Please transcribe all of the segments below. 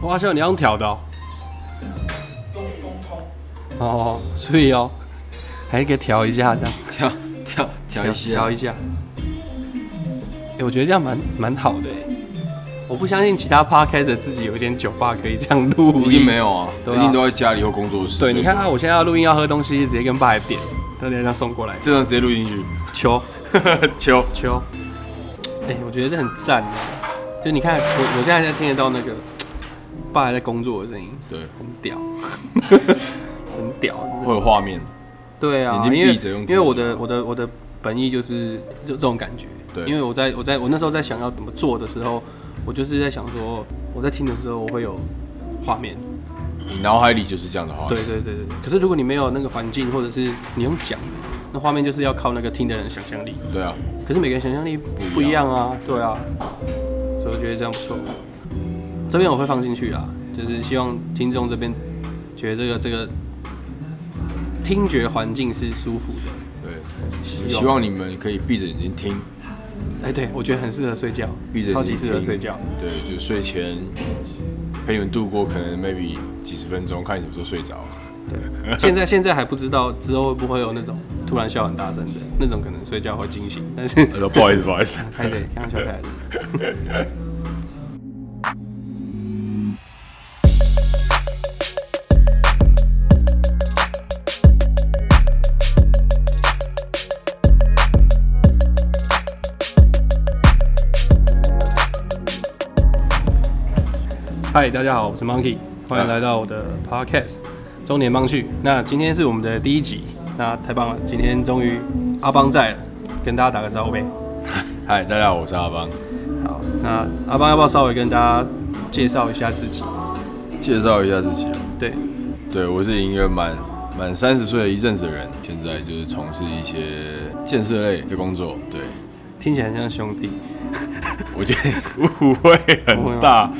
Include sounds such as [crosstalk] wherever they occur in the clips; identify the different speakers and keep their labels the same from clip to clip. Speaker 1: 花生有两条的哦。哦，所以哦，还是给调一下这样，
Speaker 2: 调调调一啊下，
Speaker 1: 调一下。哎、我觉得这样蛮蛮好的哎。我不相信其他 podcast 自己有一间酒吧可以这样录音，
Speaker 2: 一定没有啊，
Speaker 1: 对啊
Speaker 2: 一定都在家里或工作室。
Speaker 1: 对，你看啊，我现在要录音要喝东西，直接跟爸点，他等一下送过来。
Speaker 2: 这样直接录进去，
Speaker 1: 球 [laughs]
Speaker 2: 球
Speaker 1: 球，哎、我觉得这很赞耶就你看，我我现在还在听得到那个爸还在工作的声音，
Speaker 2: 对，
Speaker 1: 很屌， [laughs] 很屌。真的
Speaker 2: 会有画面，
Speaker 1: 对啊，
Speaker 2: 眼睛
Speaker 1: 因为
Speaker 2: 闭着用
Speaker 1: 因
Speaker 2: 听
Speaker 1: 为我的我的我的本意就是就这种感觉。
Speaker 2: 对
Speaker 1: 因为我在我在我那时候在想要怎么做的时候，我就是在想说，我在听的时候我会有画面。
Speaker 2: 你脑海里就是这样的画
Speaker 1: 对
Speaker 2: 面。
Speaker 1: 对对对。对可是如果你没有那个环境，或者是你用讲的，那画面就是要靠那个听的人的想象力。
Speaker 2: 对啊，
Speaker 1: 可是每个人想象力不一样啊，对啊，所以我觉得这样不错。这边我会放进去啊，就是希望听众这边觉得这个这个听觉环境是舒服的。
Speaker 2: 对，希望你们可以闭着眼睛听，
Speaker 1: 哎、对我觉得很适合睡觉
Speaker 2: 闭着眼，睛
Speaker 1: 超级适合
Speaker 2: 听
Speaker 1: 睡觉。
Speaker 2: 对，就睡前陪你们度过可能 maybe 几十分钟，看你什么时候睡着。
Speaker 1: 对，现在现在还不知道之后会不会有那种突然笑很大声的那种，可能睡觉会惊醒，但是
Speaker 2: 呃，不好意思，不好意思，
Speaker 1: 开 [laughs] 始刚小开始。嗨，大家好，我是 Monkey，欢迎来到我的 Podcast 中年帮趣。那今天是我们的第一集，那太棒了，今天终于阿邦在了，跟大家打个招呼呗。
Speaker 2: [laughs] 嗨，大家好，我是阿邦。
Speaker 1: 好，那阿邦要不要稍微跟大家介绍一下自己？
Speaker 2: 介绍一下自己哦。
Speaker 1: 对，
Speaker 2: 对，我是一个满满三十岁的一阵子的人，现在就是从事一些建设类的工作。对，
Speaker 1: 听起来很像兄弟。
Speaker 2: 我觉得误会很大。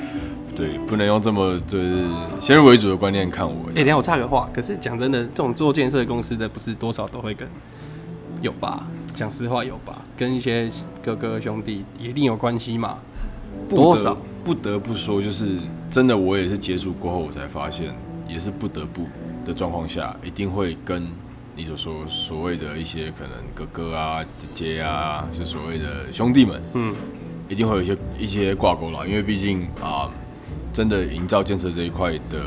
Speaker 2: 对，不能用这么就是先入为主的观念看我
Speaker 1: 哎、。等一下我插个话，可是讲真的，这种做建设公司的，不是多少都会跟有吧？讲实话有吧？跟一些哥哥兄弟也一定有关系嘛？
Speaker 2: 不
Speaker 1: 多
Speaker 2: 得
Speaker 1: 少
Speaker 2: 不得不说，就是真的，我也是接触过后，我才发现，也是不得不的状况下，一定会跟你所说所谓的一些可能哥哥啊、姐姐啊，是所谓的兄弟们，
Speaker 1: 嗯，
Speaker 2: 一定会有一些一些挂钩啦，因为毕竟啊、真的营造建设这一块的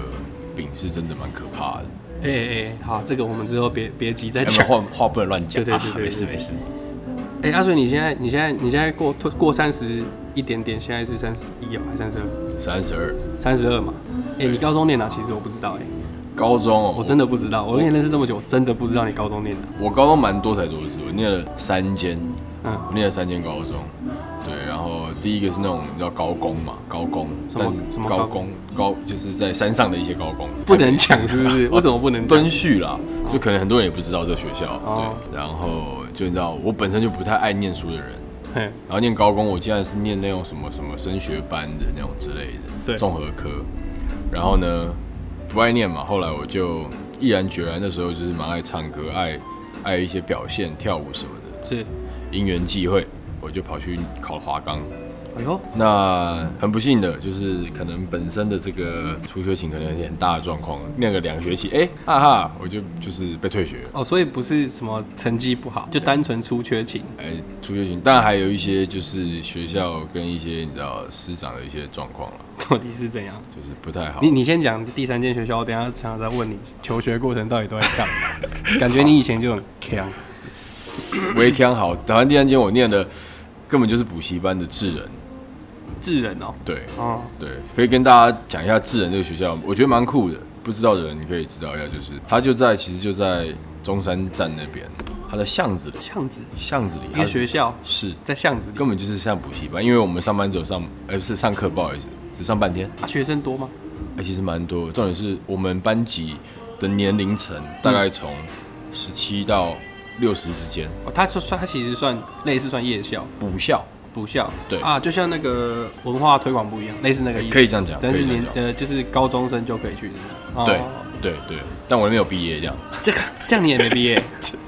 Speaker 2: 饼是真的蛮可怕的。
Speaker 1: 哎、哎、哎，好，这个我们之后别别急再
Speaker 2: 哎
Speaker 1: 讲。
Speaker 2: 话话不能乱
Speaker 1: 对对
Speaker 2: 讲，
Speaker 1: 对
Speaker 2: 啊
Speaker 1: 对
Speaker 2: 没事
Speaker 1: 对
Speaker 2: 没事。
Speaker 1: 哎、阿水，你现在你现在你现在过过三十一点点，现在是三十一哦，还三十二？
Speaker 2: 三十二，
Speaker 1: 三十二嘛？哎、你高中念哪、其实我不知道哎、
Speaker 2: 高中哦，
Speaker 1: 我真的不知道。我跟你认识这么久，我真的啊不知道你高中念哪、
Speaker 2: 我高中蛮多才多姿，我念了三间，
Speaker 1: 嗯
Speaker 2: 我念了三间高中，对，然后第一个是那种叫高工嘛，高工，
Speaker 1: 什么
Speaker 2: 但
Speaker 1: 什么
Speaker 2: 高
Speaker 1: 高嗯
Speaker 2: 工高就是在山上的一些高工，
Speaker 1: 不能
Speaker 2: [laughs]
Speaker 1: 讲是不是？为什么不能讲
Speaker 2: 敦叙啦，就可能很多人也不知道这个学校，
Speaker 1: 哦
Speaker 2: 对，然后就你知道我本身就不太爱念书的人，
Speaker 1: 嘿，
Speaker 2: 然后念高工，我竟然是念那种什么什么升学班的那种之类的，
Speaker 1: 对
Speaker 2: 综合科。然后呢，不爱念嘛，后来我就毅然决然，那时候就是蛮爱唱歌，爱爱一些表现、跳舞什么的。
Speaker 1: 是，
Speaker 2: 因缘际会，我就跑去考华冈。
Speaker 1: 哎呦，
Speaker 2: 那很不幸的就是，可能本身的这个初学期可能有些很大的状况，念个两学期，哎、哈哈，我就就是被退学了。
Speaker 1: 哦，所以不是什么成绩不好，就单纯出缺勤。
Speaker 2: 哎，助学群，当然还有一些就是学校跟一些你知道师长的一些状况了，
Speaker 1: 到底是怎样？
Speaker 2: 就是不太好
Speaker 1: 你。你先讲第三间学校，我等一下想再问你求学过程到底都在干
Speaker 2: [laughs]
Speaker 1: 嘛？感觉你以前就很强，
Speaker 2: 围腔好，台湾第三间我念的根本就是补习班的智人，
Speaker 1: 智人哦。
Speaker 2: 对
Speaker 1: 哦，
Speaker 2: 对，可以跟大家讲一下智人这个学校，我觉得蛮酷的，不知道的人你可以知道一下，就是它就在其实就在中山站那边，它的巷子里，
Speaker 1: 巷子，
Speaker 2: 巷子里
Speaker 1: 一
Speaker 2: 它
Speaker 1: 个学校
Speaker 2: 是
Speaker 1: 在巷子里，
Speaker 2: 根本就是像补习班，因为我们上班只有上，哎、不是上课，不好意思，只上半天。
Speaker 1: 啊，学生多吗？
Speaker 2: 哎、其实蛮多的。重点是我们班级的年龄层大概从十七到六十之间，
Speaker 1: 哦，他说算，他其实算类似算夜校、
Speaker 2: 补校
Speaker 1: 补校，
Speaker 2: 对
Speaker 1: 啊，就像那个文化推广部一样，类似那个意思。
Speaker 2: 可以这样讲
Speaker 1: 但是
Speaker 2: 可以这
Speaker 1: 你
Speaker 2: 样讲
Speaker 1: 呃，就是高中生就可以去。哦
Speaker 2: 对、对对，但我没有毕业，这样 [laughs]
Speaker 1: 这个这样你也没毕业，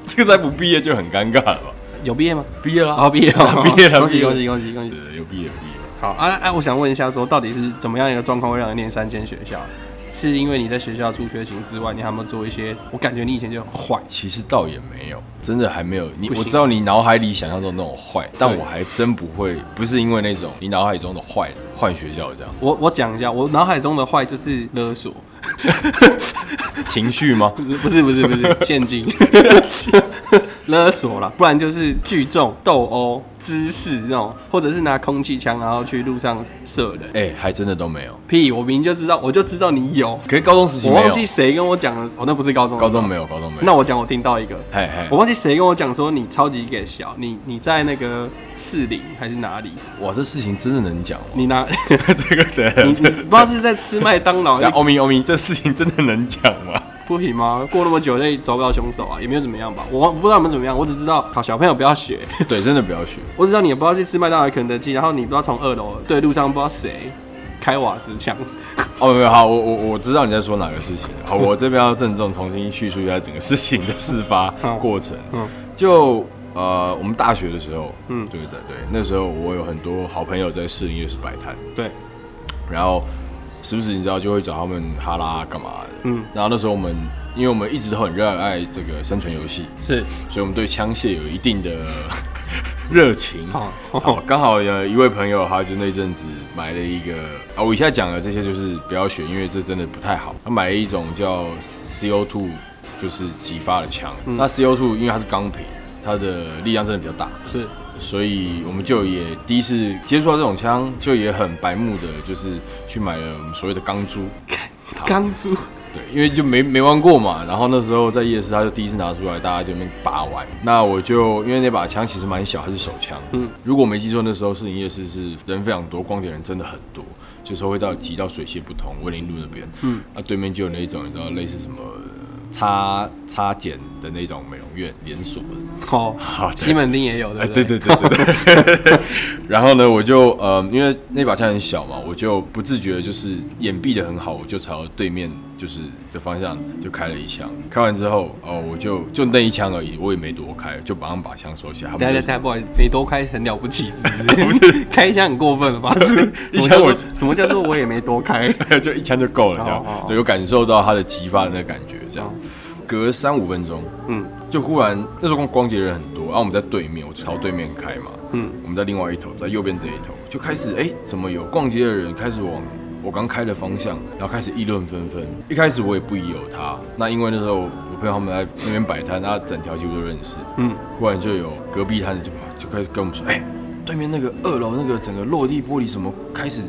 Speaker 2: 这个再不毕业就很尴尬了吧？
Speaker 1: 有毕业吗？
Speaker 2: 毕业了
Speaker 1: 哦，毕业了，
Speaker 2: [laughs] 毕业
Speaker 1: [laughs]
Speaker 2: 了，
Speaker 1: 恭喜
Speaker 2: 毕业了
Speaker 1: 恭喜恭喜恭喜！
Speaker 2: 对，有毕业有毕业。
Speaker 1: 好啊啊！我想问一下说到底是怎么样一个状况会让你念三间学校？是因为你在学校助学行之外，你还有没有做一些？我感觉你以前就很坏，
Speaker 2: 其实倒也没有，真的还没有。你
Speaker 1: 不行
Speaker 2: 我知道你脑海里想象中那种坏，但
Speaker 1: 对
Speaker 2: 我还真不会，不是因为那种你脑海中的坏换学
Speaker 1: [laughs]
Speaker 2: 校这样
Speaker 1: 我我讲一下，我脑海中的坏就是勒索， [laughs]
Speaker 2: 情绪吗？
Speaker 1: 不是不是不是现金， [laughs] 勒索啦，不然就是聚众斗殴、滋事那种，或者是拿空气枪然后去路上射人。
Speaker 2: 哎、还真的都没有。
Speaker 1: 屁！我明明就知道，我就知道你有，
Speaker 2: 可是高中时期
Speaker 1: 我
Speaker 2: 没
Speaker 1: 忘记
Speaker 2: 有，
Speaker 1: 谁跟我讲的，哦，那不是高中，
Speaker 2: 高中没有，高中没有。
Speaker 1: 那我讲，我听到一个，
Speaker 2: 嘿嘿，
Speaker 1: 我忘记谁跟我讲说你超级给小，你你在那个士林还是哪里？
Speaker 2: 哇，这事情真的
Speaker 1: [laughs]
Speaker 2: 能讲哦。
Speaker 1: 你拿
Speaker 2: 这 [laughs] 个
Speaker 1: 你
Speaker 2: 的，
Speaker 1: 你不知道是在吃麦当劳 [laughs]
Speaker 2: 那欧米欧米，这事情真的能讲吗？
Speaker 1: 不行吗？过那么久也找不到凶手啊，也没有怎么样吧？我忘不知道有没有怎么样，我只知道好小朋友不要学， [laughs]
Speaker 2: 对，真的不要学。
Speaker 1: 我只知道你也不知道去吃麦当劳、肯德基，然后你不知道从二楼对路上不知道谁开瓦斯枪，
Speaker 2: 哦，没有好，我我我知道你在说哪个事情了。好，我这边要郑重重新叙述一下整个事情的事发
Speaker 1: [laughs] 好
Speaker 2: 过程。
Speaker 1: 嗯
Speaker 2: 就呃，我们大学的时候，
Speaker 1: 嗯
Speaker 2: 嗯，对的，对，那时候我有很多好朋友在市营夜市摆摊，
Speaker 1: 对，
Speaker 2: 然后时不时你知道就会找他们哈拉干嘛的。
Speaker 1: 嗯，
Speaker 2: 然后那时候我们，因为我们一直都很热爱这个生存游戏，
Speaker 1: 是，
Speaker 2: 所以我们对枪械有一定的 [laughs] 热情。
Speaker 1: 好，
Speaker 2: 好，刚好有一位朋友，他就那阵子买了一个啊，我一下讲了这些就是不要选，因为这真的不太好。他买了一种叫 CO2，就是激发的枪。那 CO2 因为它是钢瓶，它的力量真的比较大，
Speaker 1: 是，
Speaker 2: 所以我们就也第一次接触到这种枪，就也很白目的，就是去买了我们所谓的钢珠。好
Speaker 1: 钢珠，
Speaker 2: 对，因为就没没玩过嘛，然后那时候在夜市，他就第一次拿出来，大家就在那边把玩。那我就因为那把枪其实蛮小，它是手枪。
Speaker 1: 嗯
Speaker 2: 嗯，如果我没记错，那时候市营夜市是人非常多，光点人真的很多，就是会到挤到水泄不通，文林路那边。
Speaker 1: 嗯
Speaker 2: 嗯，啊，对面就有那一种你知道类似什么擦擦剪的那种美容院连锁的。
Speaker 1: 好，
Speaker 2: 好 [laughs] 对
Speaker 1: 哦西门町也有，对
Speaker 2: 哎，
Speaker 1: 不
Speaker 2: 对对对对对。 [laughs] 然后呢，我就呃，因为那把枪很小嘛，我就不自觉地就是掩蔽的很好，我就朝对面就是的方向就开了一枪。开完之后，哦，我就就那一枪而已，我也没躲开，就马上把枪收起来。他
Speaker 1: 等一下等
Speaker 2: 们
Speaker 1: 一
Speaker 2: 就
Speaker 1: 下，不好意思，你多开很了不起，是 [laughs] 不是？开一枪很过分了 [laughs] 吧？
Speaker 2: 是
Speaker 1: 什么叫做
Speaker 2: 一枪
Speaker 1: 什么叫做我也没多开？
Speaker 2: [laughs] 就一枪就够了，这样
Speaker 1: 哦哦哦
Speaker 2: 对，有感受到它的激发的那个感觉，这样
Speaker 1: 哦。
Speaker 2: 隔三五分钟，
Speaker 1: 嗯
Speaker 2: 就忽然那时候光光节人很多，然、啊后我们在对面，我朝对面开嘛，
Speaker 1: 嗯
Speaker 2: 我们在另外一头，在右边这一头，就开始哎、诶怎么有逛街的人开始往我刚开的方向，然后开始议论纷纷。一开始我也不疑有他，那因为那时候我朋友他们在那边摆摊，那整条几乎都认识。
Speaker 1: 嗯，
Speaker 2: 忽然就有隔壁摊的就就开始跟我们说，哎、对面那个二楼那个整个落地玻璃什么开始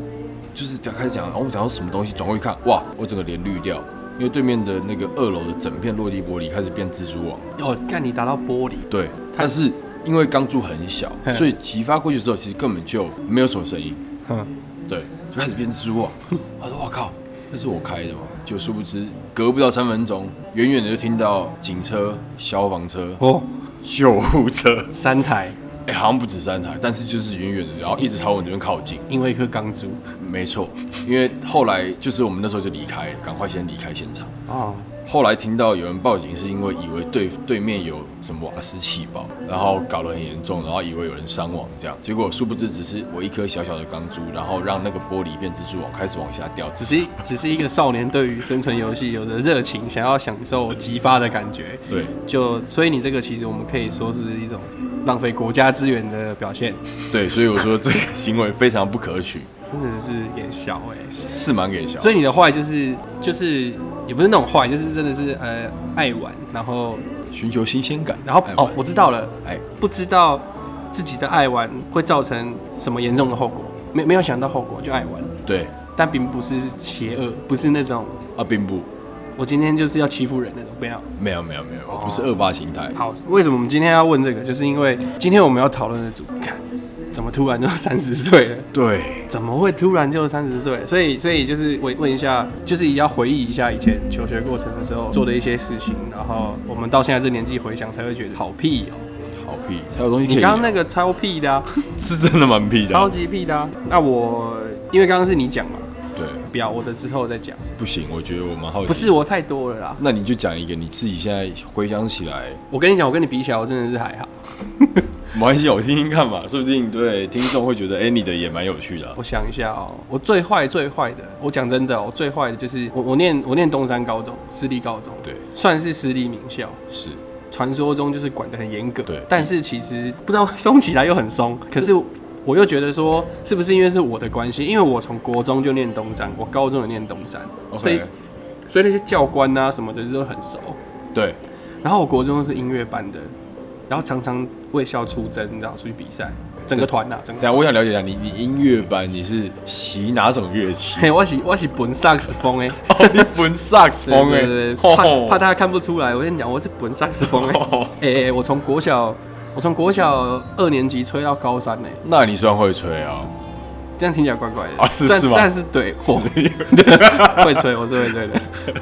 Speaker 2: 就是讲开始讲，然后我们讲到什么东西，转过去看，哇，我整个脸绿掉。因为对面的那个二楼的整片落地玻璃开始变蜘蛛网，
Speaker 1: 哦，看你打到玻璃，
Speaker 2: 对，但是因为钢珠很小
Speaker 1: 嘿，
Speaker 2: 所以击发过去之后，其实根本就没有什么声音。
Speaker 1: 哼，
Speaker 2: 对，就开始变蜘蛛网。他说：“我靠，那是我开的吗？”就殊不知，隔不到三分钟，远远的就听到警车、消防车、
Speaker 1: 哦，
Speaker 2: 救护车，
Speaker 1: 三台，
Speaker 2: 哎、好像不止三台，但是就是远远的，然后一直朝我们这边靠近。
Speaker 1: 因为一颗钢珠，
Speaker 2: 没错，因为后来就是我们那时候就离开了，赶快先离开现场。
Speaker 1: 哦，
Speaker 2: 后来听到有人报警，是因为以为对对面有什么瓦斯气爆，然后搞得很严重，然后以为有人伤亡这样。结果殊不知只是我一颗小小的钢珠，然后让那个玻璃变蜘蛛网开始往下掉，
Speaker 1: 只
Speaker 2: 只是
Speaker 1: 是只是一个少年对于生存游戏有着热情，想要享受激发的感觉，
Speaker 2: 对
Speaker 1: 就所以你这个其实我们可以说是一种浪费国家资源的表现，
Speaker 2: 对，所以我说这个行为非常不可取，
Speaker 1: 真的是也小哎、
Speaker 2: 是蛮给小。
Speaker 1: 所以你的坏就是就是也不是那种坏，就是真的是呃爱玩，然后
Speaker 2: 寻求新鲜感，
Speaker 1: 然后
Speaker 2: 哎
Speaker 1: 哦我知道了，
Speaker 2: 哎，
Speaker 1: 不知道自己的爱玩会造成什么严重的后果，没没有想到后果就爱玩，
Speaker 2: 对
Speaker 1: 但并不是邪恶，不是那种
Speaker 2: 啊，并不
Speaker 1: 我今天就是要欺负人那种，不要。
Speaker 2: 没有没有没有，我不是恶霸心态。
Speaker 1: 好，为什么我们今天要问这个？就是因为今天我们要讨论的主，看怎么突然就三十岁了。
Speaker 2: 对，
Speaker 1: 怎么会突然就三十岁？所以，所以就是问问一下，就是也要回忆一下以前求学过程的时候做的一些事情，然后我们到现在这年纪回想，才会觉得好屁哦、
Speaker 2: 好屁，还有东西可以
Speaker 1: 你
Speaker 2: 聊。
Speaker 1: 刚刚那个超屁的、啊，
Speaker 2: 是真的蛮屁的
Speaker 1: 超
Speaker 2: 啊，
Speaker 1: 级屁的、啊。那我因为刚刚是你讲嘛，
Speaker 2: 对，
Speaker 1: 不要我的之后再讲，
Speaker 2: 不行，我觉得我蛮好奇。
Speaker 1: 不是我太多了啦。
Speaker 2: 那你就讲一个你自己现在回想起来，
Speaker 1: 我跟你讲，我跟你比起来，我真的是还好。
Speaker 2: 没关系，我听听看嘛，说不定对听众会觉得，哎、你的也蛮有趣的啊、
Speaker 1: 我想一下哦，我最坏最坏的，我讲真的哦、我最坏的就是我我念我念东山高中，私立高中，
Speaker 2: 对，
Speaker 1: 算是私立名校，
Speaker 2: 是，
Speaker 1: 传说中就是管得很严格，
Speaker 2: 对
Speaker 1: 但是其实不知道松起来又很
Speaker 2: [laughs]
Speaker 1: 松，可是我又觉得说，是不是因为是我的关系？因为我从国中就念东山，我高中也念东山所以
Speaker 2: OK，
Speaker 1: 所以那些教官啊什么的都很熟。
Speaker 2: 对，
Speaker 1: 然后我国中是音乐班的，然后常常为校出征，你知道出去比赛，整个团呐、整
Speaker 2: 等
Speaker 1: 个
Speaker 2: 一下我想了解一下，你你音乐班你是习哪种乐
Speaker 1: [laughs]
Speaker 2: 器？
Speaker 1: 嘿，我是我是本萨克斯风哎，
Speaker 2: 哦，你本萨克斯风哎
Speaker 1: 对对对，怕怕大家看不出来，我先讲我是本萨克斯风哎，
Speaker 2: [laughs] 哦
Speaker 1: 哎、欸我从国小我从国小二年级吹到高三哎、
Speaker 2: 那你算会吹啊？
Speaker 1: [laughs] 这样听起来怪怪的
Speaker 2: 啊是
Speaker 1: 但
Speaker 2: 是吗
Speaker 1: 但是对我会吹，我是会吹
Speaker 2: [laughs]
Speaker 1: 的，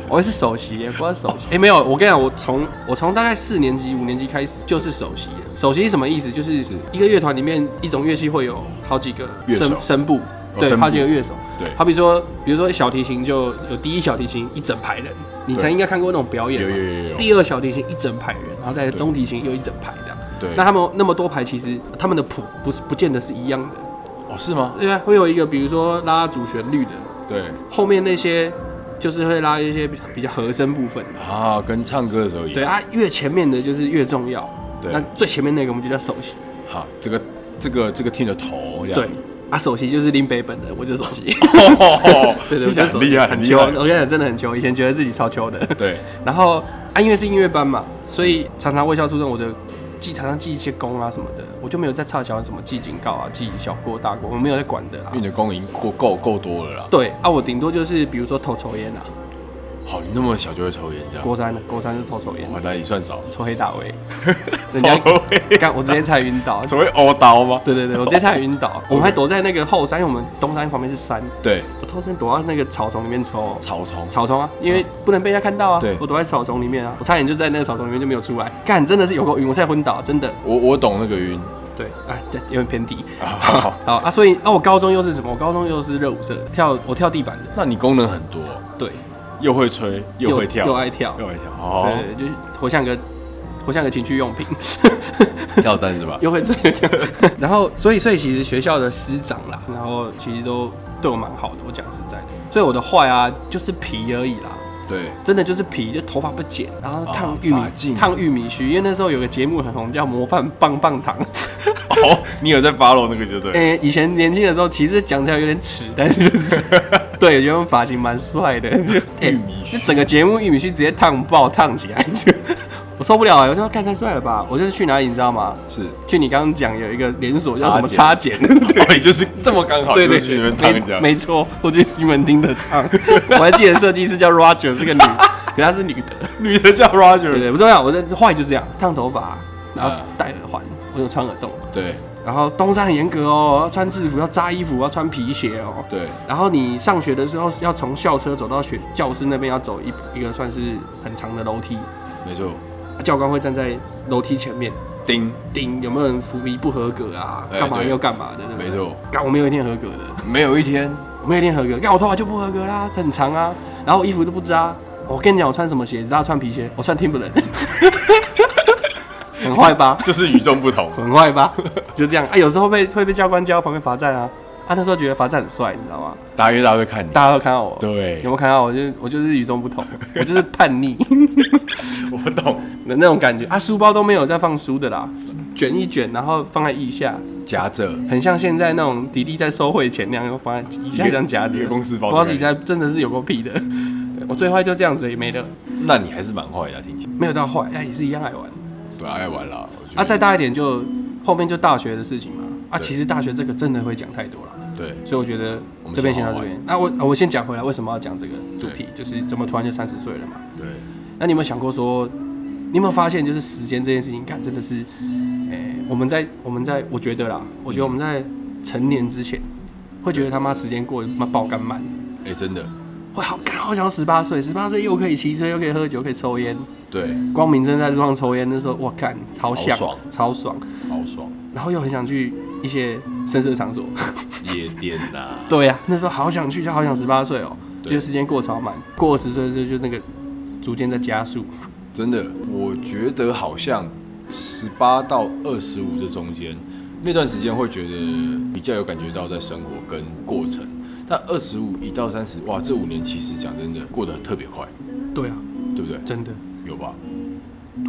Speaker 1: 我是首席耶，我是首席。哎、没有，我跟你讲，我从我从大概四年级、五年级开始就是首席了。首席是什么意思？就是一个乐团里面一种乐器会有好几个
Speaker 2: 乐手
Speaker 1: 声声部，
Speaker 2: 哦
Speaker 1: 对，
Speaker 2: 声部
Speaker 1: 好几个乐手。
Speaker 2: 对，
Speaker 1: 好比说，比如说小提琴就有第一小提琴一整排人，你
Speaker 2: 对
Speaker 1: 才应该看过那种表演
Speaker 2: 有
Speaker 1: 嘛。
Speaker 2: 有有有有，
Speaker 1: 第二小提琴一整排人，然后再来
Speaker 2: 对
Speaker 1: 中提琴又一整排这样。
Speaker 2: 对，
Speaker 1: 那他们那么多排，其实他们的谱不是不见得是一样的。
Speaker 2: 哦是吗？
Speaker 1: 对啊，会有一个比如说拉主旋律的，
Speaker 2: 对
Speaker 1: 后面那些就是会拉一些比较比较和声部分的。
Speaker 2: 啊，跟唱歌的时候一
Speaker 1: 对
Speaker 2: 样。
Speaker 1: 啊，越前面的就是越重要。
Speaker 2: 对
Speaker 1: 那最前面那个我们就叫首席。
Speaker 2: 好，这个这个这个听的头这样。
Speaker 1: 对，啊，首席就是林北本的，我就首
Speaker 2: [laughs]
Speaker 1: 席。
Speaker 2: 哦，
Speaker 1: [laughs] 对对，
Speaker 2: 听
Speaker 1: 我
Speaker 2: 起
Speaker 1: 就
Speaker 2: 来
Speaker 1: 首
Speaker 2: 很
Speaker 1: 席
Speaker 2: 厉害，很厉
Speaker 1: 秋我
Speaker 2: 害。
Speaker 1: 跟你讲，真的很球，以前觉得自己超球的。
Speaker 2: 对，
Speaker 1: 然后啊，因为是音乐班嘛，所以常常为校出任我的记常常记一些功啊什么的，我就没有在差小什么记警告啊、记小过大过，我没有在管的啦
Speaker 2: 因为。你的功已经够够够多了啦。
Speaker 1: 对啊，我顶多就是比如说偷抽烟啊，
Speaker 2: 好，你那么小就会抽烟这样。
Speaker 1: 国三的国三是偷抽烟，啊
Speaker 2: 哇，那你算早。
Speaker 1: 抽黑大
Speaker 2: [laughs]
Speaker 1: 威，人家
Speaker 2: 抽烟
Speaker 1: 干我直接差点晕
Speaker 2: [laughs]
Speaker 1: 倒。
Speaker 2: 所谓欧刀吗？
Speaker 1: 对对对，我直接差点晕
Speaker 2: [laughs]
Speaker 1: 倒。我们还躲在那个后山，因为我们东山旁边是山，
Speaker 2: 对，
Speaker 1: 我偷偷躲到那个草丛里面抽哦。
Speaker 2: 草丛。
Speaker 1: 草丛啊，因为不能被人家看到啊
Speaker 2: 对。
Speaker 1: 我躲在草丛里面啊，我差点就在那个草丛里面就没有出来。干，真的是有够晕，我差点昏倒，真的。
Speaker 2: 我我懂那
Speaker 1: [laughs]
Speaker 2: 个晕
Speaker 1: 对，哎，这有点偏低。
Speaker 2: 啊。好好
Speaker 1: 好啊，所以啊，我高中又是什么？我高中又是热舞社，跳我跳地板的，
Speaker 2: 那你功能很多，
Speaker 1: 对，
Speaker 2: 又会吹，又会跳，哦
Speaker 1: 又爱跳，
Speaker 2: 又会跳。好，
Speaker 1: 对，就是活像个活像个情趣用品， [laughs]
Speaker 2: 跳单是吧？
Speaker 1: 又会这样。 [laughs] 然后，所以所以其实学校的师长啦，然后其实都对我蛮好的，我讲实在的。所以我的坏啊，就是皮而已啦。
Speaker 2: 对，
Speaker 1: 真的就是皮，就头发不剪，然后烫
Speaker 2: 啊
Speaker 1: 玉米、
Speaker 2: 发髻
Speaker 1: 烫玉米须，因为那时候有个节目很红，叫《模范棒棒糖》。
Speaker 2: 哦，你有在 follow 那个就对。
Speaker 1: 诶、哎以前年轻的时候，其实讲起来有点耻，但是、就是
Speaker 2: [laughs]
Speaker 1: 对，觉得发型蛮帅的。就诶
Speaker 2: 玉米须
Speaker 1: 哎那整个节目玉米须直接烫爆，烫起来，就 [laughs] 我受不了、欸。我说看太帅了吧！我就是去哪里，你知道吗？
Speaker 2: 是，
Speaker 1: [laughs] 去你刚刚讲有一个连锁叫什么
Speaker 2: 插
Speaker 1: 插剪，
Speaker 2: 对，就是这么刚好，
Speaker 1: 对对
Speaker 2: 哦就是去那边烫人
Speaker 1: 没
Speaker 2: 家。
Speaker 1: 没错，我去西门町的烫。 [laughs] 我还记得设计师叫 Roger，是个女，可她是女的。
Speaker 2: 女的叫
Speaker 1: 对
Speaker 2: Roger，
Speaker 1: 对，不重要。我的坏就这样，烫头发，然后
Speaker 2: 嗯
Speaker 1: 戴耳环，我有穿耳洞。
Speaker 2: 对
Speaker 1: 然后东山很严格哦，要穿制服，要扎衣服，要穿皮鞋哦。
Speaker 2: 对
Speaker 1: 然后你上学的时候要从校车走到学教室那边，要走一一个算是很长的楼梯，啊
Speaker 2: 没错，
Speaker 1: 教官会站在楼梯前面
Speaker 2: 丁，
Speaker 1: 盯有没有人服仪不合格啊，
Speaker 2: 哎
Speaker 1: 干嘛
Speaker 2: 对
Speaker 1: 又干嘛的，对不对
Speaker 2: 没。错，
Speaker 1: 干我没有一天合格的，
Speaker 2: 没有一天
Speaker 1: 我没有一天合格，干我头发就不合格啦，很长啊，然后衣服都不扎。哦我跟你讲，我穿什么鞋？你知道穿皮鞋，我穿 Timberland，很坏吧？。
Speaker 2: 就是与众不同
Speaker 1: [laughs] 很坏吧？就这样啊，有时候被会被教官叫到旁边罚站啊。他、那时候觉得罚站很帅，你知道吗？
Speaker 2: 大约大家会看你，
Speaker 1: 大家都看到我，有
Speaker 2: 对
Speaker 1: 没，有看到我？就是我就是与众不同，我就是叛逆
Speaker 2: 我懂。
Speaker 1: 的那种感觉啊。书包都没有在放书的啦，卷一卷，然后放在腋下，
Speaker 2: 夹着，
Speaker 1: 很像现在那种迪迪在收汇钱那样，又放在腋下这样夹着。
Speaker 2: 一个公司包的
Speaker 1: 不知道自己在真的是有够屁的。对我最坏就这样子也没了，
Speaker 2: 那你还是蛮坏的啊，听起来。
Speaker 1: 没有到坏，哎、也是一样爱玩。
Speaker 2: 对啊，爱玩啦。我觉得
Speaker 1: 啊，再大一点就后面就大学的事情嘛。啊，
Speaker 2: 对
Speaker 1: 其实大学这个真的会讲太多了。
Speaker 2: 对，
Speaker 1: 所以我觉得这边先到这边。那我我先讲回来，为什么要讲这个主题？就是怎么突然就三十岁了嘛？
Speaker 2: 对，
Speaker 1: 那你有没有想过说，你有没有发现就是时间这件事情，干真的是，诶、我们在我们在我觉得啦，我觉得我们在成年之前，会觉得他妈时间过得妈爆干慢，
Speaker 2: 哎，真的，
Speaker 1: 会好干好想要十八岁，十八岁又可以骑车，又可以喝酒，可以抽烟，
Speaker 2: 对，
Speaker 1: 光明正在路上抽烟，那时候我干超想
Speaker 2: 好爽
Speaker 1: 超爽，
Speaker 2: 好爽，
Speaker 1: 然后又很想去一些深色场所。
Speaker 2: 夜店呐， [laughs]
Speaker 1: 对呀、那时候好想去，就好想十八岁哦，
Speaker 2: 啊对
Speaker 1: 觉得时间过超慢。过二十岁之后，就那个逐渐在加速。
Speaker 2: 真的，我觉得好像十八到二十五这中间那段时间会觉得比较有感觉到在生活跟过程，但二十五一到三十，哇，这五年其实讲真的过得特别快，
Speaker 1: 对啊，
Speaker 2: 对不对？
Speaker 1: 真的，
Speaker 2: 有吧？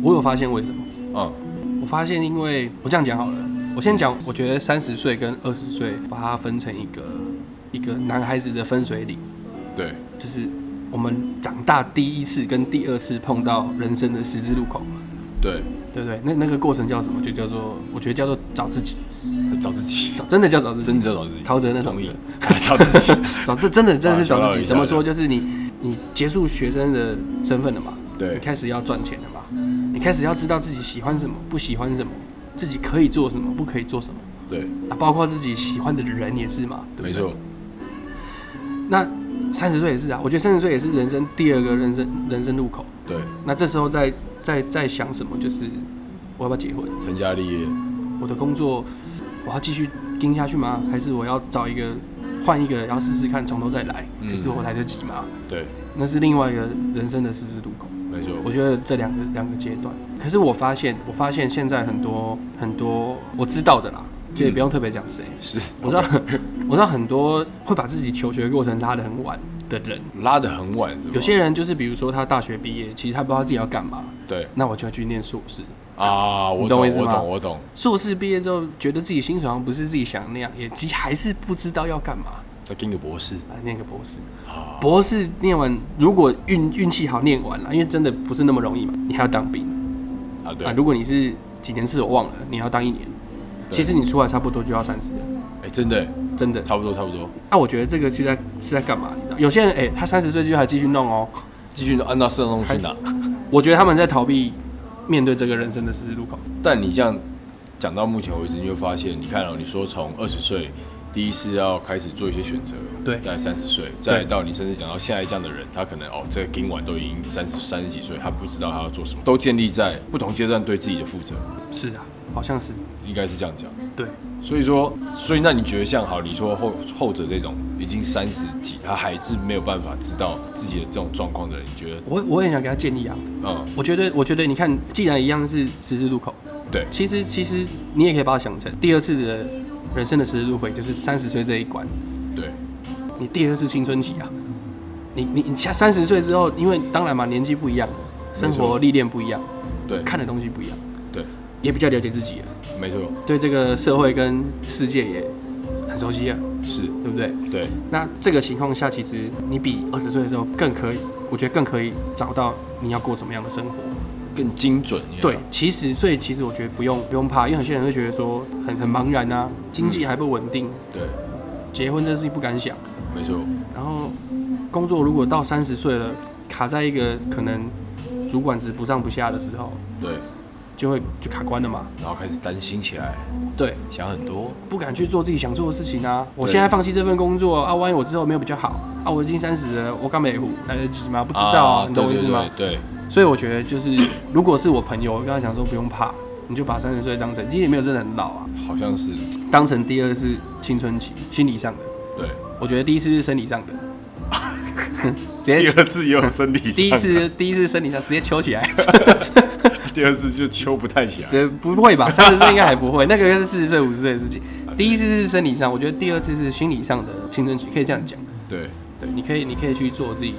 Speaker 1: 我有发现为什么？
Speaker 2: 嗯，
Speaker 1: 我发现，因为我这样讲好了，我先讲，我觉得三十岁跟二十岁把它分成一个一个男孩子的分水岭，
Speaker 2: 对，
Speaker 1: 就是我们长大第一次跟第二次碰到人生的十字路口嘛，
Speaker 2: 对，
Speaker 1: 对不对？那那个过程叫什么？就叫做我觉得叫做找自己，
Speaker 2: 找自己，
Speaker 1: 找真的叫找自己，
Speaker 2: 真的找自己，
Speaker 1: 陶喆那首
Speaker 2: 同意 [laughs]
Speaker 1: 歌，
Speaker 2: 找自己，
Speaker 1: 找这真的真的是找自己。
Speaker 2: 啊
Speaker 1: 怎么说？就是你你结束学生的身份了嘛，
Speaker 2: 对
Speaker 1: 你开始要赚钱了嘛，你开始要知道自己喜欢什么，不喜欢什么，自己可以做什么，不可以做什么。
Speaker 2: 对，
Speaker 1: 啊，包括自己喜欢的人也是嘛，对
Speaker 2: 没
Speaker 1: 不对？
Speaker 2: 错，
Speaker 1: 那三十岁也是啊，我觉得三十岁也是人生第二个人生人生路口。
Speaker 2: 对，
Speaker 1: 那这时候在在在想什么？就是我要不要结婚？
Speaker 2: 成家立业，
Speaker 1: 我的工作我要继续盯下去吗？还是我要找一个换一个，然后试试看，从头再来？
Speaker 2: 嗯
Speaker 1: 可是我来得及吗？
Speaker 2: 对，
Speaker 1: 那是另外一个人生的十字路口。
Speaker 2: 没错，
Speaker 1: 我觉得这两个两个阶段，可是我发现，我发现现在很多很多我知道的啦，就
Speaker 2: 嗯
Speaker 1: 也不用特别讲谁，
Speaker 2: 是
Speaker 1: 我知道， [laughs] 我知道很多会把自己求学过程拉得很晚的人，
Speaker 2: 拉得很晚，是吧？
Speaker 1: 有些人就是比如说他大学毕业，其实他不知道自己要干嘛，
Speaker 2: 对
Speaker 1: 那我就要去念硕士。
Speaker 2: 啊，我
Speaker 1: 你懂
Speaker 2: 懂，
Speaker 1: 我
Speaker 2: 我
Speaker 1: 意思吗
Speaker 2: 懂，我懂，
Speaker 1: 硕士毕业之后，觉得自己薪水好像不是自己想的那样，也其实还是不知道要干嘛，
Speaker 2: 再跟个博士
Speaker 1: 来念个博士。
Speaker 2: 啊，
Speaker 1: 博士念完，如果运运气好念完了，因为真的不是那么容易嘛，你还要当兵
Speaker 2: 啊，对
Speaker 1: 啊。，如果你是几年次我忘了，你要当一年，
Speaker 2: 对
Speaker 1: 其实你出来差不多就要三十了，
Speaker 2: 哎，真的，
Speaker 1: 真的。
Speaker 2: 差不多，差不多，
Speaker 1: 那、我觉得这个是在是在干嘛？你知道，有些人哎、他三十岁就还继续弄哦。
Speaker 2: 继续按照市场中去拿。
Speaker 1: 我觉得他们在逃避面对这个人生的十字路口。
Speaker 2: 但你这样讲到目前为止，你会发现，你看哦，你说从二十岁第一次要开始做一些选择，
Speaker 1: 对
Speaker 2: 在三十岁，再到你甚至讲到现在这样的人，他可能哦，这个今晚都已经三十三十几岁，他不知道他要做什么，都建立在不同阶段对自己的负责，
Speaker 1: 是啊，好像是
Speaker 2: 应该是这样讲。
Speaker 1: 对，
Speaker 2: 所以说，所以那你觉得像好，你说后后者这种已经三十几，他还是没有办法知道自己的这种状况的人，你觉得？
Speaker 1: 我我也想给他建议啊。
Speaker 2: 嗯，
Speaker 1: 我觉得，我觉得你看，既然一样是十字路口，
Speaker 2: 对，
Speaker 1: 其实其实你也可以把它想成第二次的人生的十字路口，就是三十岁这一关，
Speaker 2: 对，
Speaker 1: 你第二次青春期啊。你你你下三十岁之后，因为当然嘛，年纪不一样，生
Speaker 2: 没
Speaker 1: 活
Speaker 2: 错
Speaker 1: 历练不一样，
Speaker 2: 对，
Speaker 1: 看的东西不一样，
Speaker 2: 对，
Speaker 1: 也比较了解自己了，
Speaker 2: 没错，
Speaker 1: 对这个社会跟世界也很熟悉了，啊
Speaker 2: 是，
Speaker 1: 对不对？
Speaker 2: 对，
Speaker 1: 那这个情况下，其实你比二十岁的时候更可以，我觉得更可以找到你要过什么样的生活。
Speaker 2: 更精准一点。
Speaker 1: 对，啊其实所以其实我觉得不用不用怕，因为有些人会觉得说很很茫然啊，经济还不稳定，
Speaker 2: 对，
Speaker 1: 结婚这事情不敢想，
Speaker 2: 没错，
Speaker 1: 然后工作如果到三十岁了，卡在一个可能主管职不上不下的时候，
Speaker 2: 对，
Speaker 1: 就会就卡关了嘛。
Speaker 2: 然后开始担心起来，
Speaker 1: 对，
Speaker 2: 想很多，
Speaker 1: 不敢去做自己想做的事情啊。我
Speaker 2: 对
Speaker 1: 现在放弃这份工作啊，万一我之后没有比较好啊，我已经三十了，我干美虎来得及吗？不
Speaker 2: 不
Speaker 1: 知道啊，你懂我意思吗？？
Speaker 2: 对对
Speaker 1: 所以我觉得就是， [coughs] 如果是我朋友，我跟他讲说不用怕，你就把三十岁当成，其实也没有真的很老啊，
Speaker 2: 对，好像是，
Speaker 1: 当成第二是青春期，心理上的。
Speaker 2: 对，
Speaker 1: 我觉得第一次是生理上的， [laughs] 直接
Speaker 2: 二次也有生理
Speaker 1: 哎第一，次第一次生理上直接揪起来，
Speaker 2: 第二次就揪不太起来。
Speaker 1: 这不会吧？三十岁应该还不会，那个是四十岁五十岁的事情。第一次是生理上，我觉得第二次是心理上的青春期，可以这样讲。
Speaker 2: 对
Speaker 1: 对，你可以你可以去做自己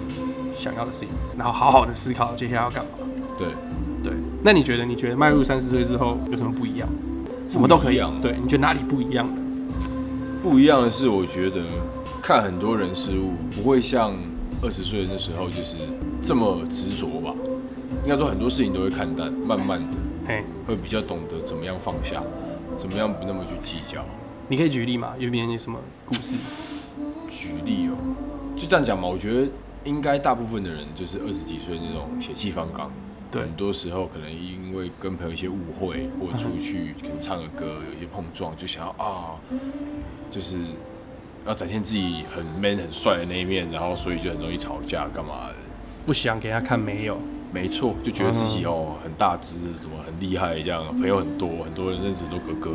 Speaker 1: 想要的事情，然后好好的思考接下来要干嘛。
Speaker 2: 对，
Speaker 1: 对，那你觉得？你觉得迈入三十岁之后有什么不一样？什么都可
Speaker 2: 不一
Speaker 1: 以
Speaker 2: 样。啊
Speaker 1: 对，你觉得哪里不一样了？
Speaker 2: 不一样的是，我觉得看很多人事物不会像二十岁的时候就是这么执着吧。应该说很多事情都会看淡，慢慢的
Speaker 1: 嘿，
Speaker 2: 会比较懂得怎么样放下，怎么样不那么去计较。
Speaker 1: 你可以举例嘛？有没有什么故事？
Speaker 2: 举例哦，就这样讲嘛，我觉得应该大部分的人就是二十几岁那种血气方刚，
Speaker 1: 对
Speaker 2: 很多时候可能因为跟朋友一些误会，或者出去可能唱个歌有一些碰撞，就想要啊，就是要展现自己很 man 很帅的那一面，然后所以就很容易吵架干嘛的。
Speaker 1: 不想给他看没有？
Speaker 2: 没错，就觉得自
Speaker 1: 嗯
Speaker 2: 己哦很大只，什么很厉害这样，朋友很多，很多人认识很多哥哥。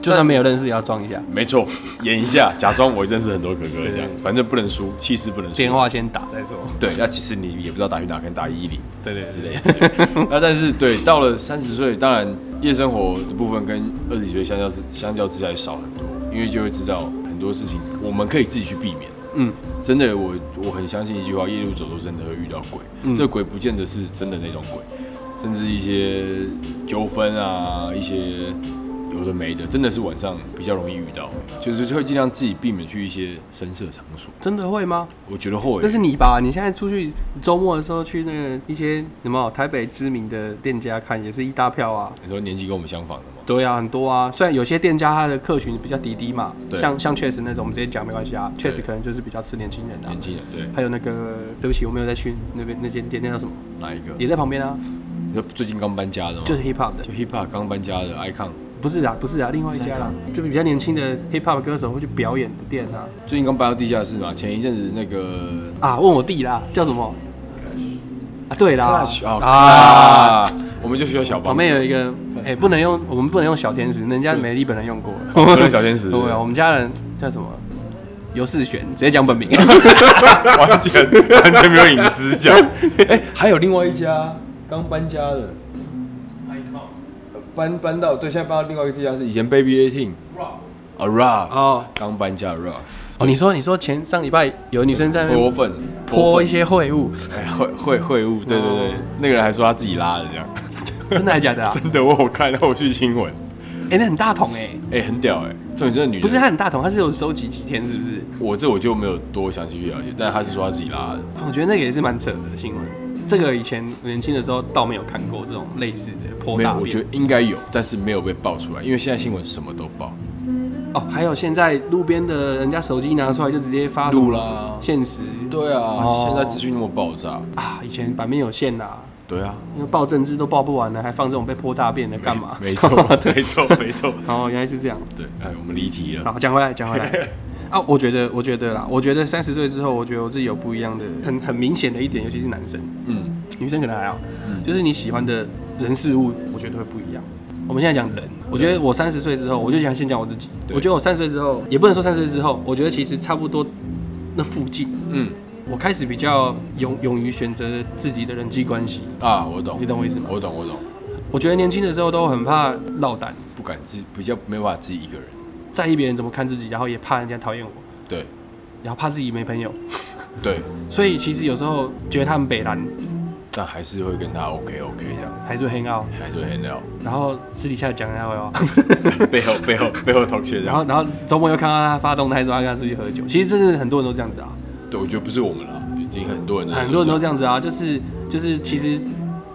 Speaker 1: 就算没有认识也要装一下，
Speaker 2: 没错，演一下，假装我认识很多哥哥
Speaker 1: 对
Speaker 2: 这样，反正不能输，气势不能输。
Speaker 1: 电话先打再说。
Speaker 2: 对，那其实你也不知道打去哪，可能打一一零
Speaker 1: 对对
Speaker 2: [laughs] 之类的。那但是对，到了三十岁，当然夜生活的部分跟二十几岁相较之相较之下也少很多，因为就会知道很多事情我们可以自己去避免。
Speaker 1: 嗯，
Speaker 2: 真的，我我很相信一句话：夜路走多，真的会遇到鬼。
Speaker 1: 嗯
Speaker 2: 这鬼不见得是真的那种鬼，甚至一些纠纷啊，一些有的没的，真的是晚上比较容易遇到。就是就会尽量自己避免去一些深色场所。
Speaker 1: 真的会吗？
Speaker 2: 我觉得后悔
Speaker 1: 那是你吧？你现在出去周末的时候去那个一些什么台北知名的店家看，也是一大票啊。
Speaker 2: 你说年纪跟我们相仿的嘛，
Speaker 1: 对啊，很多啊。虽然有些店家他的客群比较低低嘛，
Speaker 2: 对
Speaker 1: 像像确实那种我们直接讲没关系啊，确实
Speaker 2: 对
Speaker 1: 可能就是比较吃年轻人啊
Speaker 2: 年。轻人对
Speaker 1: 还有那个，对不起，我没有再去那边那间店，那叫什么？
Speaker 2: 哪一个？
Speaker 1: 也在旁边啊，
Speaker 2: 你说最近刚搬家的吗？
Speaker 1: 就是 hip hop 的
Speaker 2: 就，hip hop 刚搬家的 icon，
Speaker 1: 不是啊，不是啊，另外一家啦，就比较年轻的 hip hop 歌手会去表演的店啊。
Speaker 2: 最近刚搬到地下室嘛。前一阵子那个
Speaker 1: 啊，问我弟啦，叫什么？啊，对啦
Speaker 2: Clash，哦
Speaker 1: 啊，
Speaker 2: 啊，我们就需要小
Speaker 1: 旁
Speaker 2: 帮
Speaker 1: 边
Speaker 2: 手。
Speaker 1: 有一个，哎、不能用，我们不能用小天使，人家美丽本人用过
Speaker 2: [laughs]
Speaker 1: 了。
Speaker 2: 不能小天使
Speaker 1: [laughs] 对啊，我们家人叫什么？尤世璇，直接讲
Speaker 2: [laughs]
Speaker 1: 本名。
Speaker 2: 完全完全没有隐私讲。哎、还有另外一家刚搬家的，搬搬到对，现在搬到另外一个地下室，以前 Baby Eighteen。啊 Ruff，
Speaker 1: 哦
Speaker 2: 刚搬家的 Ruff，
Speaker 1: 哦，你说你说前上礼拜有女生在那
Speaker 2: 活
Speaker 1: 边
Speaker 2: 粉
Speaker 1: 泼一，些秽物，
Speaker 2: 哎会会会物，对对对
Speaker 1: 哦，
Speaker 2: 那个人还说他自己拉的这样，
Speaker 1: 真的还假的
Speaker 2: [laughs]
Speaker 1: 啊？
Speaker 2: 真的我有看后续新闻，
Speaker 1: 哎、那很大桶哎、
Speaker 2: 哎、很屌哎、重点这个女的
Speaker 1: 不是它很大桶，它是有收集几天是不是？
Speaker 2: 我这我就没有多详细去了解，但他是说他自己拉的，
Speaker 1: 我觉得那个也是蛮扯的新闻。这个以前年轻的时候倒没有看过这种类似的泼
Speaker 2: 没有，
Speaker 1: 大
Speaker 2: 我
Speaker 1: 便
Speaker 2: 觉得应该有，但是没有被爆出来，因为现在新闻什么都爆，
Speaker 1: 哦，还有现在路边的人家手机拿出来就直接发什么
Speaker 2: 录啦
Speaker 1: 现实
Speaker 2: 对啊，
Speaker 1: 哦
Speaker 2: 现在资讯那么爆炸，
Speaker 1: 啊，以前版面有限呐、
Speaker 2: 对啊，
Speaker 1: 因为报政治都报不完了，还放这种被泼大便的干嘛？
Speaker 2: 没错，
Speaker 1: [laughs]
Speaker 2: 没错，没错。
Speaker 1: 哦，原来是这样。
Speaker 2: 对，哎，我们离题了。
Speaker 1: 好，讲回来，讲回
Speaker 2: [laughs]
Speaker 1: 来。啊，我觉得，我觉得啦，我觉得三十岁之后，我觉得我自己有不一样的，很很明显的一点，尤其是男生，
Speaker 2: 嗯，
Speaker 1: 女生可能还好，就是你喜欢的人事物，我觉得会不一样。我们现在讲人，我觉得我三十岁之后，我就想先讲我自己。
Speaker 2: 对
Speaker 1: 我觉得我三十岁之后，也不能说三十岁之后，我觉得其实差不多那附近，
Speaker 2: 嗯
Speaker 1: 我开始比较勇勇于选择自己的人际关系，
Speaker 2: 啊，我懂
Speaker 1: 你，懂我意思吗？
Speaker 2: 我懂，我懂，
Speaker 1: 我觉得年轻的时候都很怕落单，
Speaker 2: 不敢自比较没有办法自己一个人。
Speaker 1: 在意别人怎么看自己，然后也怕人家讨厌我，
Speaker 2: 对
Speaker 1: 然后怕自己没朋友，
Speaker 2: 对，
Speaker 1: 所以其实有时候觉得他们北蓝
Speaker 2: 但还是会跟他 OK OK 这样，
Speaker 1: 还是会 hang out，
Speaker 2: 还是会 h a n
Speaker 1: 然后私底下讲一下坏话，
Speaker 2: [laughs] 背后背后背后同学这
Speaker 1: 然后
Speaker 2: 样。
Speaker 1: 然后周末又看到他发动态说他跟他出去喝酒，其实真的很多人都这样子啊，
Speaker 2: 对，我觉得不是我们啦，已经很多人
Speaker 1: 很多人都
Speaker 2: 这
Speaker 1: 这样子啊，就是就是其实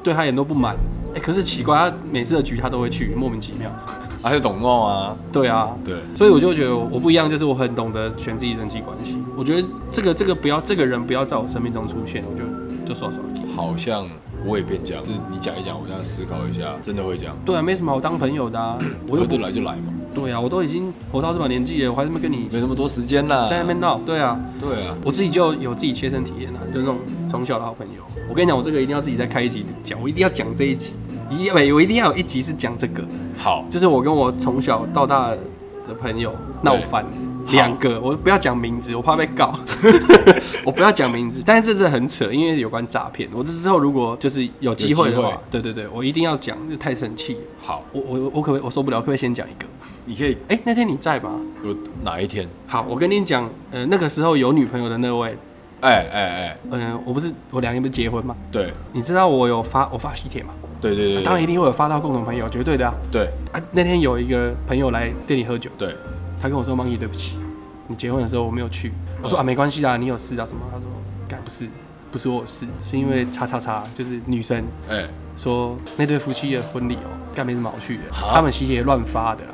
Speaker 1: 对他也都不满，哎、可是奇怪，他每次的局他都会去，莫名其妙。
Speaker 2: 样，还是懂闹啊。
Speaker 1: 对啊，
Speaker 2: 对，
Speaker 1: 所以我就觉得我不一样，就是我很懂得选自己人际关系。我觉得这个这个不要这个人不要在我生命中出现，我就就耍耍皮。
Speaker 2: 好像我也变这样。就是你讲一讲，我这样思考一下，真的会这样。
Speaker 1: 对啊，没什么好当朋友的啊，我又
Speaker 2: 合
Speaker 1: 不
Speaker 2: 得来就来嘛，
Speaker 1: 对啊，我都已经活到这把年纪了，我还这么跟你
Speaker 2: 没那么多时间啦。
Speaker 1: 在那边闹。对啊，
Speaker 2: 对啊，
Speaker 1: 我自己就有自己切身体验啊，就那种从小的好朋友。我跟你讲，我这个一定要自己再开一集讲，我一定要讲这一集，一定要我一定要有一集是讲这个，
Speaker 2: 好，
Speaker 1: 就是我跟我从小到大的朋友闹翻两个，我不要讲名字，我怕被
Speaker 2: [laughs]
Speaker 1: 告，我不要讲名字，但是这是很扯，因为有关诈骗。我这之后如果就是有机会的
Speaker 2: 有机
Speaker 1: 话
Speaker 2: 会，
Speaker 1: 对对对，我一定要讲，就太生气了。
Speaker 2: 好，
Speaker 1: 我我我可不可以我受不了，可不可以先讲一个？
Speaker 2: 你可以
Speaker 1: 哎、那天你在吗？
Speaker 2: 有哪一天？
Speaker 1: 好，我跟你讲，呃，那个时候有女朋友的那位，
Speaker 2: 哎哎哎，
Speaker 1: 嗯、我不是我两年不是结婚吗？
Speaker 2: 对
Speaker 1: 你知道我有发我发喜帖吗？
Speaker 2: 对对对，
Speaker 1: 当然一定会有发到共同朋友，绝对的啊！
Speaker 2: 对
Speaker 1: 啊，那天有一个朋友来店里喝酒，
Speaker 2: 对，
Speaker 1: 他跟我说 m o n y 对不起，你结婚的时候我没有去。我说、
Speaker 2: 嗯
Speaker 1: 啊，没关系啦，你有事啊什么？他说，该不是，不是我有事，是因为叉叉叉，就是女生
Speaker 2: 哎，
Speaker 1: 说那对夫妻的婚礼哦，干没什么好去的，
Speaker 2: 哈
Speaker 1: 他们喜帖乱发的啦，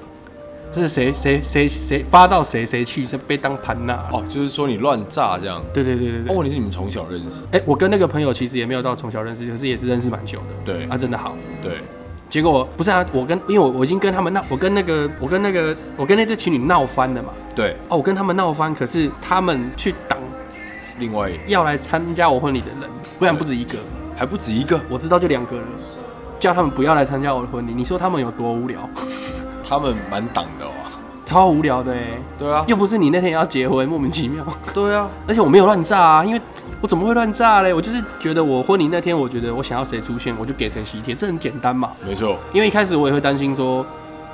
Speaker 1: 是谁谁谁谁发到谁谁去，是被当盘呐。哦，
Speaker 2: 哦，就是说你乱炸这样。
Speaker 1: 对对对对对。
Speaker 2: 哦，
Speaker 1: 哦
Speaker 2: 问题是你们从小认识，
Speaker 1: 哎、我跟那个朋友其实也没有到从小认识，可是也是认识蛮久的。
Speaker 2: 对
Speaker 1: 啊，真的好。
Speaker 2: 对，
Speaker 1: 结果不是啊，我跟因为我我已经跟他们闹，我跟那个我跟那个我跟那对情侣闹翻了嘛。
Speaker 2: 对，
Speaker 1: 哦，我跟他们闹翻，可是他们去挡
Speaker 2: 另外
Speaker 1: 要来参加我婚礼的人，不然不止一个，
Speaker 2: 还不止一个，
Speaker 1: 我知道就两个人，叫他们不要来参加我的婚礼，你说他们有多无聊？
Speaker 2: 他们蛮挡的哦。
Speaker 1: [laughs] 超无聊的哎、
Speaker 2: 对啊，
Speaker 1: 又不是你那天要结婚，莫名其妙。 [laughs]
Speaker 2: 对啊，
Speaker 1: 而且我没有乱炸啊，因为我怎么会乱炸嘞？我就是觉得我婚礼那天，我觉得我想要谁出现，我就给谁喜帖，这很简单嘛。
Speaker 2: 没错，
Speaker 1: 因为一开始我也会担心说，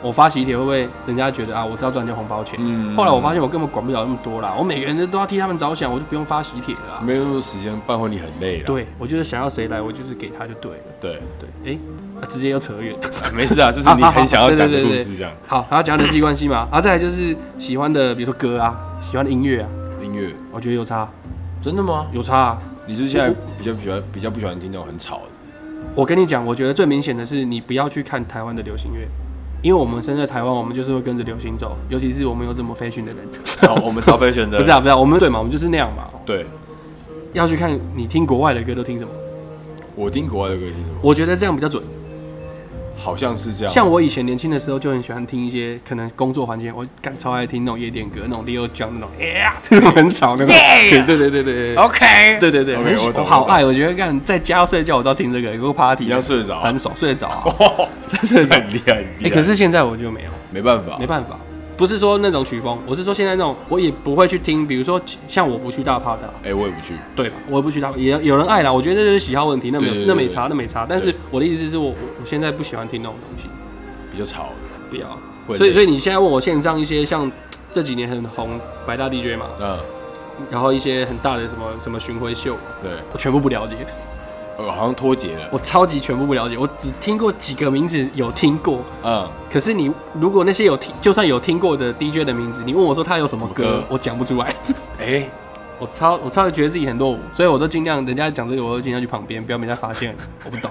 Speaker 1: 我发喜帖会不会人家觉得啊，我是要赚人家红包钱。
Speaker 2: 嗯
Speaker 1: 后来我发现我根本管不了那么多啦，我每个人都要替他们着想，我就不用发喜帖了啊、
Speaker 2: 没有那么多时间办婚礼很累了，
Speaker 1: 对，我就是想要谁来，我就是给他就对了。
Speaker 2: 对， [laughs]
Speaker 1: 对，哎、啊直接又扯远。 [laughs]
Speaker 2: 啊没事啊，这是你很想要讲的故事，这样
Speaker 1: 好，然后讲人际关系嘛，然后再来就是喜欢的，比如说歌啊，喜欢的音乐啊，
Speaker 2: 音乐
Speaker 1: 我觉得有差，
Speaker 2: 真的吗？
Speaker 1: 有差、啊。
Speaker 2: 你是现在比较喜欢比较不喜欢听那种很吵的，
Speaker 1: 我跟你讲，我觉得最明显的是你不要去看台湾的流行乐，因为我们身在台湾，我们就是会跟着流行走，尤其是我们有这么 fashion 的人，
Speaker 2: 好， [laughs] 我们超 fashion 的，
Speaker 1: 不是啊，不是啊，我们对嘛，我们就是那样嘛。
Speaker 2: 对
Speaker 1: 要去看你听国外的歌都听什么，
Speaker 2: 我听国外的歌听什么？
Speaker 1: 我觉得这样比较准。
Speaker 2: 好像是这样，
Speaker 1: 像我以前年轻的时候就很喜欢听一些可能工作环境，我干超爱听那种夜店歌，那种 Leo John 那种，哎呀，那种 [laughs] 很吵那种。对对对对对
Speaker 3: OK，
Speaker 1: 对对对，
Speaker 2: OK，
Speaker 1: 很喜
Speaker 2: 我懂
Speaker 1: 我好
Speaker 2: 我懂
Speaker 1: 爱，我觉得干在家睡觉我都要听这个，有个 party
Speaker 2: 一样睡得哦着， [laughs] 哦
Speaker 1: 很爽，睡得着啊，
Speaker 2: 哇，
Speaker 1: 睡得着。
Speaker 2: [laughs] 很厉害，很厉
Speaker 1: 哎，
Speaker 2: 害
Speaker 1: 可是现在我就没有，
Speaker 2: 没办法
Speaker 1: 没，办法，不是说那种曲风，我是说现在那种我也不会去听，比如说像我不去大趴的啊，
Speaker 2: 哎，我也不去，
Speaker 1: 对吧？我也不去大，也有人爱啦，我觉得这就是喜好问题，那没
Speaker 2: 对对
Speaker 1: 有
Speaker 2: 对
Speaker 1: 那没差，那没差。但是
Speaker 2: 对
Speaker 1: 我的意思是我我我现在不喜欢听那种东西，
Speaker 2: 比较吵的，
Speaker 1: 不要。
Speaker 2: 会
Speaker 1: 所以
Speaker 2: 累
Speaker 1: 所以你现在问我线上一些像这几年很红百大 DJ 嘛，
Speaker 2: 嗯，
Speaker 1: 然后一些很大的什么什么巡回秀，
Speaker 2: 对，
Speaker 1: 我全部不了解。 [laughs]
Speaker 2: 呃，好像脱节了，
Speaker 1: 我超级全部不了解，我只听过几个名字有听过。
Speaker 2: 嗯，
Speaker 1: 可是你如果那些有听，就算有听过的 DJ 的名字，你问我说他有什么歌，
Speaker 2: 什么歌
Speaker 1: 我讲不出来。
Speaker 2: 哎，
Speaker 1: 我超我超级觉得自己很落伍，所以我都尽量人家讲这个，我都尽量去旁边，不要被人家发现。我不懂，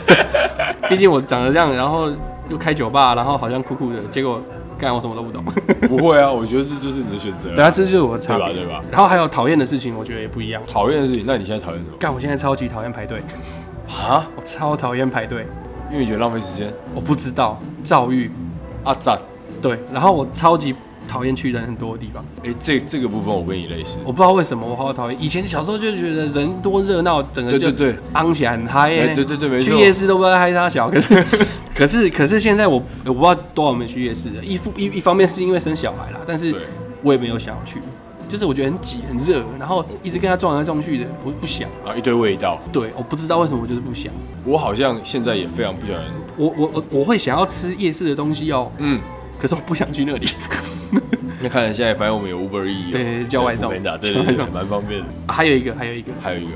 Speaker 1: [laughs] 毕竟我长得这样，然后又开酒吧，然后好像酷酷的，结果干我什么都不懂。
Speaker 2: 不会啊，我觉得这就是你的选择，
Speaker 1: 对啊，这就是我的差别，
Speaker 2: 对吧对吧
Speaker 1: 然后还有讨厌的事情，我觉得也不一样。
Speaker 2: 讨厌的事情，那你现在讨厌什么？
Speaker 1: 干，我现在超级讨厌排队，
Speaker 2: 啊，
Speaker 1: 我超讨厌排队，
Speaker 2: 因为你觉得浪费时间，
Speaker 1: 我不知道躁郁。
Speaker 2: 啊赞，
Speaker 1: 对，然后我超级讨厌去人很多的地方，
Speaker 2: 哎，这这个部分我跟你类似，
Speaker 1: 我不知道为什么我好讨厌。以前小时候就觉得人多热闹，整个就
Speaker 2: 对对对
Speaker 1: 昂起来很嗨耶、
Speaker 2: 哎对对对没错
Speaker 1: 去夜市都不知道嗨他小，可是
Speaker 2: [laughs]
Speaker 1: 可是可是现在我我不知道多少人去夜市的，一一一方面是因为生小孩啦，但是
Speaker 2: 对
Speaker 1: 我也没有想要去，就是我觉得很挤很热，然后一直跟他撞来撞去的，我不想。
Speaker 2: 啊，一堆味道，
Speaker 1: 对，我不知道为什么我就是不想，
Speaker 2: 我好像现在也非常不喜欢，
Speaker 1: 我我我我会想要吃夜市的东西哦、
Speaker 2: 嗯。
Speaker 1: 可是我不想去那里。 [laughs]
Speaker 2: [laughs] 那看来现在，反正我们有 Uber E，
Speaker 1: 对对对叫外送
Speaker 2: 对对
Speaker 1: 叫外
Speaker 2: 对对，
Speaker 1: 送
Speaker 2: 蛮方便的。
Speaker 1: 还有一个还有一个，
Speaker 2: 还有一个，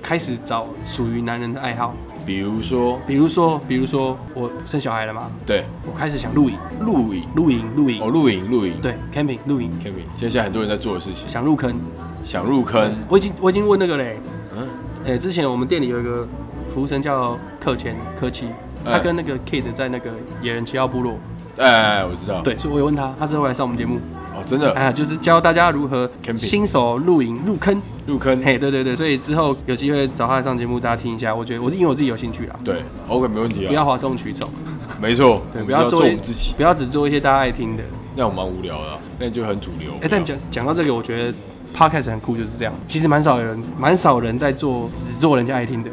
Speaker 1: 开始找属于男人的爱好。
Speaker 2: 比如说，
Speaker 1: 比如说，比如说我生小孩了嘛，
Speaker 2: 对，
Speaker 1: 我开始想露营，
Speaker 2: 露营，
Speaker 1: 露营，露
Speaker 2: 哦，
Speaker 1: 营，
Speaker 2: 露营，露营，
Speaker 1: 对，camping，露营，
Speaker 2: ，Kevin，现在现在很多人在做的事情，
Speaker 1: 想入坑。
Speaker 2: 想入坑，
Speaker 1: 嗯我已经我已经问那个嘞，
Speaker 2: 嗯，
Speaker 1: 哎，之前我们店里有一个服务生叫克谦，柯七，他跟那个 Kid 在那个野人七号部落，
Speaker 2: 哎，我知道，，
Speaker 1: 对，所以我有问他，他之后来上我们节目，
Speaker 2: 哦，真的
Speaker 1: 啊，就是教大家如何
Speaker 2: Camping
Speaker 1: 新手露营入坑，
Speaker 2: 入坑，
Speaker 1: 嘿，对对对，所以之后有机会找他来上节目，大家听一下，我觉得我是因为我自己有兴趣啦，
Speaker 2: 对，OK，没问题
Speaker 1: 不
Speaker 2: 啊，
Speaker 1: 要哗众取宠，
Speaker 2: 没错，我
Speaker 1: 对，
Speaker 2: 们
Speaker 1: 不
Speaker 2: 就要
Speaker 1: 要
Speaker 2: 做
Speaker 1: 做
Speaker 2: 我
Speaker 1: 一
Speaker 2: 们自己，
Speaker 1: 不要只做一些大家爱听的。
Speaker 2: 那我蛮无聊的啊，那你就很主流。
Speaker 1: 哎、但讲讲到这个，我觉得 podcast 很酷，就是这样。其实蛮少有人，蛮少人在做只做人家爱听的，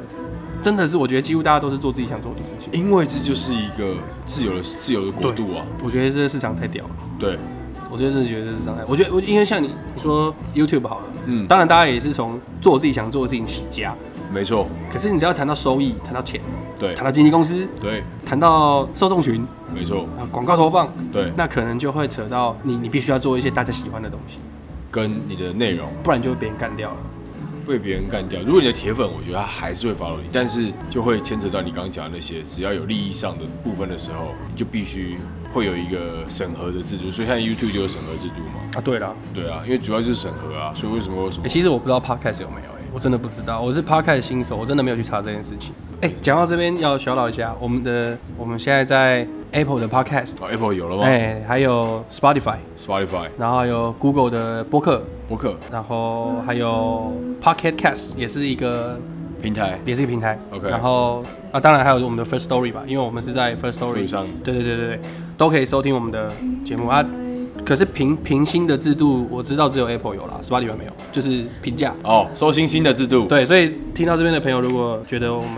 Speaker 1: 真的是我觉得几乎大家都是做自己想做的事情。
Speaker 2: 因为这就是一个自由的自由的国度啊，
Speaker 1: 我觉得这个市场太屌了，
Speaker 2: 对，
Speaker 1: 我真的是觉得这个市场太……我觉得我因为像你你说 YouTube 好了，
Speaker 2: 嗯，
Speaker 1: 当然大家也是从做自己想做的事情起家，
Speaker 2: 没错，
Speaker 1: 可是你只要谈到收益、谈到钱、
Speaker 2: 对
Speaker 1: 谈，到经纪公司、
Speaker 2: 对，
Speaker 1: 谈到受众群
Speaker 2: 没错，
Speaker 1: 啊、广告投放，
Speaker 2: 对，
Speaker 1: 那可能就会扯到你，你必须要做一些大家喜欢的东西，
Speaker 2: 跟你的内容
Speaker 1: 不然就会被别人干掉了。
Speaker 2: 被别人干掉。如果你的铁粉，我觉得他还是会 follow 你，但是就会牵扯到你刚刚讲的那些，只要有利益上的部分的时候，你就必须会有一个审核的制度。所以现在 YouTube 就有审核制度嘛，
Speaker 1: 啊，对了。
Speaker 2: 对啊，因为主要就是审核啊。所以为什么会有什么
Speaker 1: 欸、？其实我不知道 podcast 有没有、欸，我真的不知道，我是 podcast 新手，我真的没有去查这件事情。哎、讲到这边要小老一下，我们的我们现在在 Apple 的 podcast，
Speaker 2: 哦 Apple 有了吗、
Speaker 1: 哎、还有 Spotify，
Speaker 2: s p o t i f y
Speaker 1: 然后还有 Google 的播客，
Speaker 2: 博客
Speaker 1: 然后还有 Pocket Cast 也是一个
Speaker 2: 平台，
Speaker 1: 也是一个平台
Speaker 2: OK
Speaker 1: 然后啊，当然还有我们的 First Story 吧，因为我们是在 First
Speaker 2: 对
Speaker 1: Story
Speaker 2: 上
Speaker 1: 对对对对对，都可以收听我们的节目啊。可是评评星的制度，我知道只有 Apple 有啦，Spotify 没有，就是评价。
Speaker 2: 哦，收星星的制度，
Speaker 1: 对，所以听到这边的朋友，如果觉得我们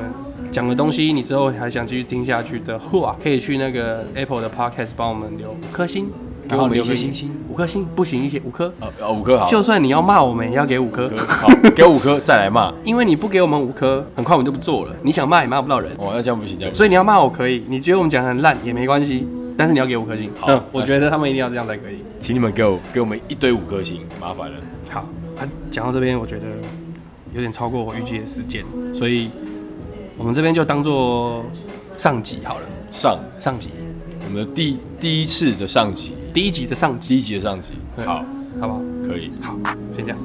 Speaker 1: 讲的东西你之后还想继续听下去的话，可以去那个 Apple 的 Podcast 帮我们留五颗星，
Speaker 2: 给
Speaker 1: 然
Speaker 2: 我
Speaker 1: 后
Speaker 2: 们一
Speaker 1: 留
Speaker 2: 些
Speaker 1: 个
Speaker 2: 星星。
Speaker 1: 五颗星不行，一些五颗。
Speaker 2: 啊啊，五颗好，
Speaker 1: 就算你要骂我们，也要给五颗
Speaker 2: 五，颗好，给我五颗再来骂。
Speaker 1: 因为你不给我们五颗，很快我们就不做了。你想骂也骂不到人，
Speaker 2: 哦哇，那这样不行，这样不行。
Speaker 1: 所以你要骂我可以，你觉得我们讲的很烂也没关系，但是你要给五颗星。
Speaker 2: 好
Speaker 1: 嗯，我觉得他们一定要这样才可以。
Speaker 2: 请你们给我给我们一堆五颗星，麻烦了。
Speaker 1: 好，啊，讲到这边，我觉得有点超过我预计的时间，所以我们这边就当做上集好了。
Speaker 2: 上
Speaker 1: 上集，
Speaker 2: 我们的第第一次的上集，
Speaker 1: 第一集的上集，
Speaker 2: 第一集的上集，
Speaker 1: 对
Speaker 2: 好，
Speaker 1: 好不好？
Speaker 2: 可以。
Speaker 1: 好，先这样。